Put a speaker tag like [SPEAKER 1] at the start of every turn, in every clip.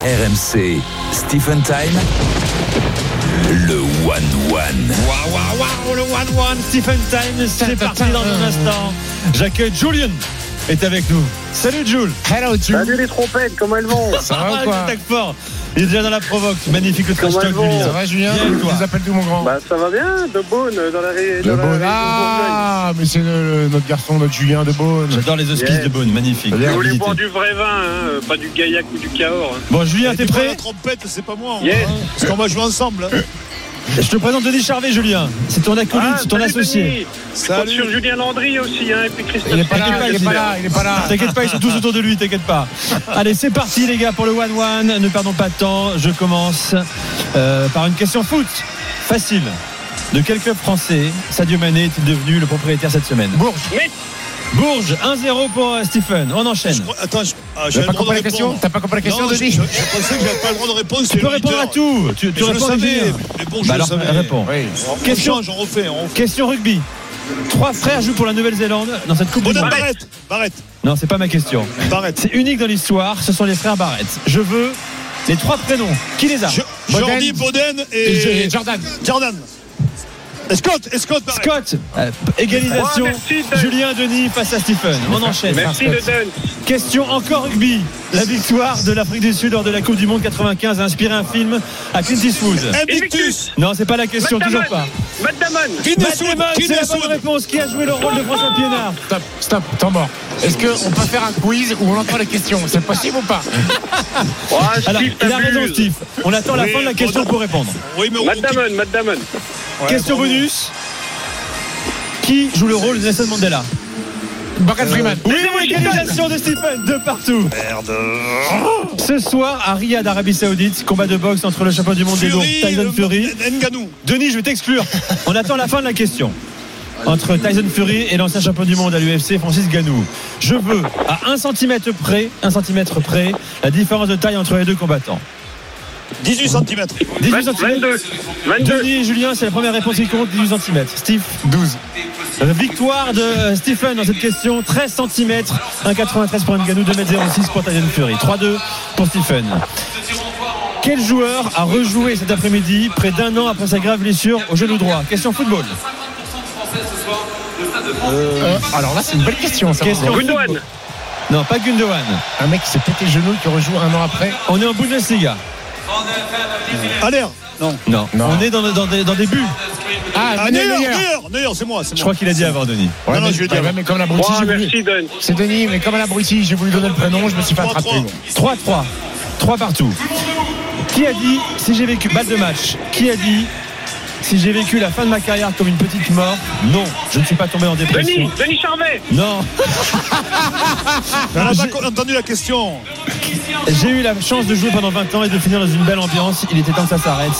[SPEAKER 1] RMC, Stephen Time, le One One.
[SPEAKER 2] Waouh, waouh, waouh, le One One, Stephen Time, c'est parti dans un instant. J'accueille Julian, est avec nous. Salut Jules
[SPEAKER 3] Hello, Jules.
[SPEAKER 4] Salut les trompettes, comment elles vont
[SPEAKER 3] Ça va ou
[SPEAKER 2] il
[SPEAKER 3] quoi
[SPEAKER 2] attaque fort. Il est déjà dans la provoque. Magnifique le trash
[SPEAKER 4] Comment
[SPEAKER 2] talk du
[SPEAKER 4] elles vont
[SPEAKER 3] Ça
[SPEAKER 2] Lisa.
[SPEAKER 3] va, Julien
[SPEAKER 2] Bien,
[SPEAKER 3] Je
[SPEAKER 2] toi.
[SPEAKER 3] vous appelle d'où, mon grand
[SPEAKER 4] Bah ça va bien, de Beaune dans la ré-
[SPEAKER 3] De
[SPEAKER 4] dans la
[SPEAKER 3] Beaune.
[SPEAKER 4] région
[SPEAKER 3] Ah, mais c'est le- le- notre garçon, notre Julien de Beaune.
[SPEAKER 2] J'adore les hospices
[SPEAKER 4] Yeah.
[SPEAKER 2] de Beaune, magnifique.
[SPEAKER 3] Vous
[SPEAKER 4] de Bourgogne.
[SPEAKER 3] Bien
[SPEAKER 4] Vous voulez
[SPEAKER 2] Habilité.
[SPEAKER 4] boire du vrai vin, hein, pas du gaillac ou du cahors. hein.
[SPEAKER 2] Bon Julien, t'es
[SPEAKER 5] Pas la
[SPEAKER 2] prêt
[SPEAKER 5] trompette, c'est pas moi.
[SPEAKER 4] Yes.
[SPEAKER 3] Ah,
[SPEAKER 5] hein. Parce qu'on va jouer ensemble. hein.
[SPEAKER 2] Je te présente Denis Charvet, Julien. C'est ton acolyte,
[SPEAKER 4] Ah,
[SPEAKER 2] c'est ton
[SPEAKER 4] salut,
[SPEAKER 2] associé.
[SPEAKER 4] Denis. Je compte
[SPEAKER 5] Salut.
[SPEAKER 4] sur Julien Landry aussi, hein, et puis Christophe.
[SPEAKER 3] Il est pas
[SPEAKER 4] Payet,
[SPEAKER 3] là, il est
[SPEAKER 4] j'espère.
[SPEAKER 3] pas là, il est pas là.
[SPEAKER 2] T'inquiète pas, ils sont tous autour de lui, t'inquiète pas. Allez, c'est parti les gars pour le 1-1. Ne perdons pas de temps. Je commence euh, par une question foot. Facile. De quel club français Sadio Mané est-il devenu le propriétaire cette semaine
[SPEAKER 3] Bourges,
[SPEAKER 2] Bourges, 1-0 pour euh, Stephen. On enchaîne.
[SPEAKER 5] Je crois- Attends, je- ah,
[SPEAKER 3] t'as
[SPEAKER 5] j'avais
[SPEAKER 3] pas
[SPEAKER 5] le droit
[SPEAKER 3] compris la
[SPEAKER 5] de
[SPEAKER 3] question
[SPEAKER 5] répondre.
[SPEAKER 3] T'as pas compris la question,
[SPEAKER 5] Non, je, je-
[SPEAKER 3] Denis
[SPEAKER 5] je pensais que j'avais pas le droit de répondre. c'est
[SPEAKER 2] Tu peux
[SPEAKER 5] le
[SPEAKER 2] répondre à
[SPEAKER 5] leader.
[SPEAKER 2] tout. Tu, tu
[SPEAKER 5] Je le
[SPEAKER 2] réponds
[SPEAKER 5] savais.
[SPEAKER 2] Julien.
[SPEAKER 5] Mais bon, je
[SPEAKER 2] Bah
[SPEAKER 5] le
[SPEAKER 2] alors,
[SPEAKER 5] savais.
[SPEAKER 2] réponds.
[SPEAKER 3] Oui.
[SPEAKER 5] On- On
[SPEAKER 2] Question.
[SPEAKER 5] change, on refait. On...
[SPEAKER 2] Question rugby. Trois frères jouent pour la Nouvelle-Zélande dans cette Coupe du
[SPEAKER 5] Bonhomme,
[SPEAKER 2] Monde.
[SPEAKER 5] Barrette. Barrette.
[SPEAKER 2] Non, c'est pas ma question.
[SPEAKER 5] Barrette.
[SPEAKER 2] C'est unique dans l'histoire. Ce sont les frères Barrett. Je veux les trois prénoms. Qui les a
[SPEAKER 5] Je-
[SPEAKER 3] Boden.
[SPEAKER 5] Jordi, Boden
[SPEAKER 3] Et
[SPEAKER 5] et
[SPEAKER 3] et Jordan.
[SPEAKER 5] Jordan. Et Scott, et Scott Barrette.
[SPEAKER 2] Scott, euh, égalisation.
[SPEAKER 5] Oh,
[SPEAKER 4] Ouais, merci, Dan.
[SPEAKER 2] Julien Denis face à Stephen. On enchaîne.
[SPEAKER 4] Merci
[SPEAKER 2] Scott.
[SPEAKER 4] le Dun.
[SPEAKER 2] Question encore rugby. La victoire de l'Afrique du Sud lors de la Coupe du Monde 95 a inspiré un film à Clint Eastwood.
[SPEAKER 5] Invictus.
[SPEAKER 2] Non, c'est pas la question, toujours pas.
[SPEAKER 4] Matt Damon.
[SPEAKER 2] Matt
[SPEAKER 5] Guinness Wood,
[SPEAKER 2] Damon, c'est la
[SPEAKER 5] Guinness
[SPEAKER 2] bonne
[SPEAKER 5] Wood.
[SPEAKER 2] réponse. Qui a joué le rôle de François
[SPEAKER 5] Ah
[SPEAKER 2] Piénard
[SPEAKER 3] Stop, stop, temps mort. Est-ce qu'on peut faire un quiz où on entend les questions C'est possible ou pas
[SPEAKER 4] Oh,
[SPEAKER 2] Alors,
[SPEAKER 4] Steve,
[SPEAKER 2] il a raison,
[SPEAKER 4] t'abuses.
[SPEAKER 2] Steve. On attend la
[SPEAKER 5] Oui,
[SPEAKER 2] fin de la
[SPEAKER 5] bon,
[SPEAKER 2] question
[SPEAKER 5] non.
[SPEAKER 2] pour répondre.
[SPEAKER 5] Oui, mais on-
[SPEAKER 4] Matt Damon, Matt Damon.
[SPEAKER 5] Ouais,
[SPEAKER 2] question
[SPEAKER 5] pardon.
[SPEAKER 2] bonus. Qui joue le rôle de Nelson Mandela
[SPEAKER 3] Morgan Freeman.
[SPEAKER 2] Oui, oui, égalisation de Stephen de partout. Ce soir, à Riyad, Arabie Saoudite, combat de boxe entre le champion du monde des lourds
[SPEAKER 5] Fury,
[SPEAKER 2] Tyson
[SPEAKER 5] le-
[SPEAKER 2] Fury.
[SPEAKER 5] Ngannou.
[SPEAKER 2] Denis, je vais t'exclure. On attend la fin de la question. Entre Tyson Fury et l'ancien champion du monde à l'UFC, Francis Ganou. Je veux, à 1 cm près, 1 cm près, la différence de taille entre les deux combattants.
[SPEAKER 5] 18 cm.
[SPEAKER 2] 18 cm.
[SPEAKER 4] 22. 22.
[SPEAKER 2] Denis et Julien, c'est la première réponse qui compte, 18 cm. Steve
[SPEAKER 3] 12.
[SPEAKER 2] Euh, Victoire de euh, Stephen dans cette question, 13 cm, 1,93 pour Nganou, 2m06 pour Tyson Fury, 3-2 pour Stephen. Quel joueur a rejoué cet après-midi, près d'un an après sa grave blessure au genou droit Question football.
[SPEAKER 3] Euh, alors là, c'est une belle question, ça.
[SPEAKER 2] Question.
[SPEAKER 4] Gundogan.
[SPEAKER 2] Non, pas Gundogan.
[SPEAKER 3] Un mec qui s'est pété le genou, qui rejoue un an après.
[SPEAKER 2] On est en Bundesliga.
[SPEAKER 5] Aller. Non.
[SPEAKER 2] Non.
[SPEAKER 3] Non.
[SPEAKER 2] On est dans, dans des, dans des buts.
[SPEAKER 3] Ah,
[SPEAKER 5] Ah,
[SPEAKER 3] Denis
[SPEAKER 5] Neuer,
[SPEAKER 3] Neuer.
[SPEAKER 5] Neuer, Neuer, c'est moi. c'est
[SPEAKER 2] Je
[SPEAKER 5] moi.
[SPEAKER 2] crois qu'il a dit avant, Denis.
[SPEAKER 3] Ouais,
[SPEAKER 5] Non, non,
[SPEAKER 3] mais-
[SPEAKER 5] je vais dire.
[SPEAKER 3] ouais, mais comme l'abruti,
[SPEAKER 4] Oh,
[SPEAKER 3] j'ai voulu-
[SPEAKER 4] merci Dun.
[SPEAKER 3] C'est Denis, mais comme à l'abruti, j'ai voulu donner le prénom, je me suis fait attraper.
[SPEAKER 5] 3-3.
[SPEAKER 2] 3-3. 3 partout. Qui a dit, si j'ai vécu, balle de match, qui a dit, si j'ai vécu la fin de ma carrière comme une petite mort, non, je ne suis pas tombé en dépression.
[SPEAKER 4] Denis, Denis Charvet.
[SPEAKER 2] Non,
[SPEAKER 5] On a
[SPEAKER 2] Je-
[SPEAKER 5] pas entendu la question.
[SPEAKER 2] j'ai eu la chance de jouer pendant 20 ans et de finir dans une belle ambiance. Il était temps que ça s'arrête.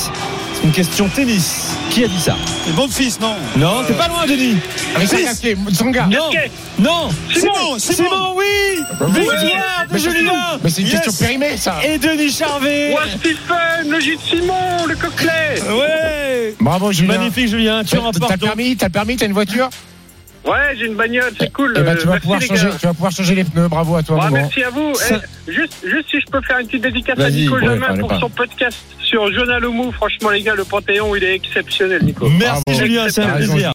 [SPEAKER 2] C'est une question tennis. Qui a dit ça
[SPEAKER 5] C'est bon fils, non
[SPEAKER 2] Non, t'es pas loin, Denis.
[SPEAKER 3] Ricard Gasquet, Tsonga.
[SPEAKER 2] Non,
[SPEAKER 4] Gasquet.
[SPEAKER 2] non.
[SPEAKER 5] Simon,
[SPEAKER 2] C'est
[SPEAKER 5] Simon.
[SPEAKER 2] bon, oui. Victoire de
[SPEAKER 3] Mais c'est-
[SPEAKER 2] Julien
[SPEAKER 3] Mais c'est une
[SPEAKER 5] Yes.
[SPEAKER 3] question périmée, ça.
[SPEAKER 2] et Denis Charvet.
[SPEAKER 4] Oh, Stephen, le Gilles Simon, le Coquelet.
[SPEAKER 2] Ouais.
[SPEAKER 3] Bravo, Julien.
[SPEAKER 2] Magnifique, Julien. Tu
[SPEAKER 3] T'as- T'as
[SPEAKER 2] remportes.
[SPEAKER 3] le
[SPEAKER 2] donc-
[SPEAKER 3] permis, t'as le permis, t'as une voiture
[SPEAKER 4] Ouais, j'ai une bagnole, c'est cool.
[SPEAKER 3] Eh ben,
[SPEAKER 4] Euh,
[SPEAKER 3] tu vas
[SPEAKER 4] merci,
[SPEAKER 3] pouvoir
[SPEAKER 4] les
[SPEAKER 3] changer,
[SPEAKER 4] gars.
[SPEAKER 3] tu vas pouvoir changer les pneus. Bravo à toi,
[SPEAKER 4] Ouais,
[SPEAKER 3] mon grand.
[SPEAKER 4] merci à vous. Eh,
[SPEAKER 2] Ça-
[SPEAKER 4] juste, juste si je peux faire une petite dédicace à
[SPEAKER 2] Vas-y,
[SPEAKER 4] Nico
[SPEAKER 2] ouais,
[SPEAKER 3] pas,
[SPEAKER 4] Jamin
[SPEAKER 3] allez
[SPEAKER 4] pour
[SPEAKER 3] pas.
[SPEAKER 4] son podcast sur Jonah Lomou. Franchement, les gars, le Panthéon, il est exceptionnel, Nico.
[SPEAKER 2] Merci,
[SPEAKER 3] Bravo.
[SPEAKER 2] Julien. C'est un
[SPEAKER 3] T'as raison,
[SPEAKER 2] plaisir.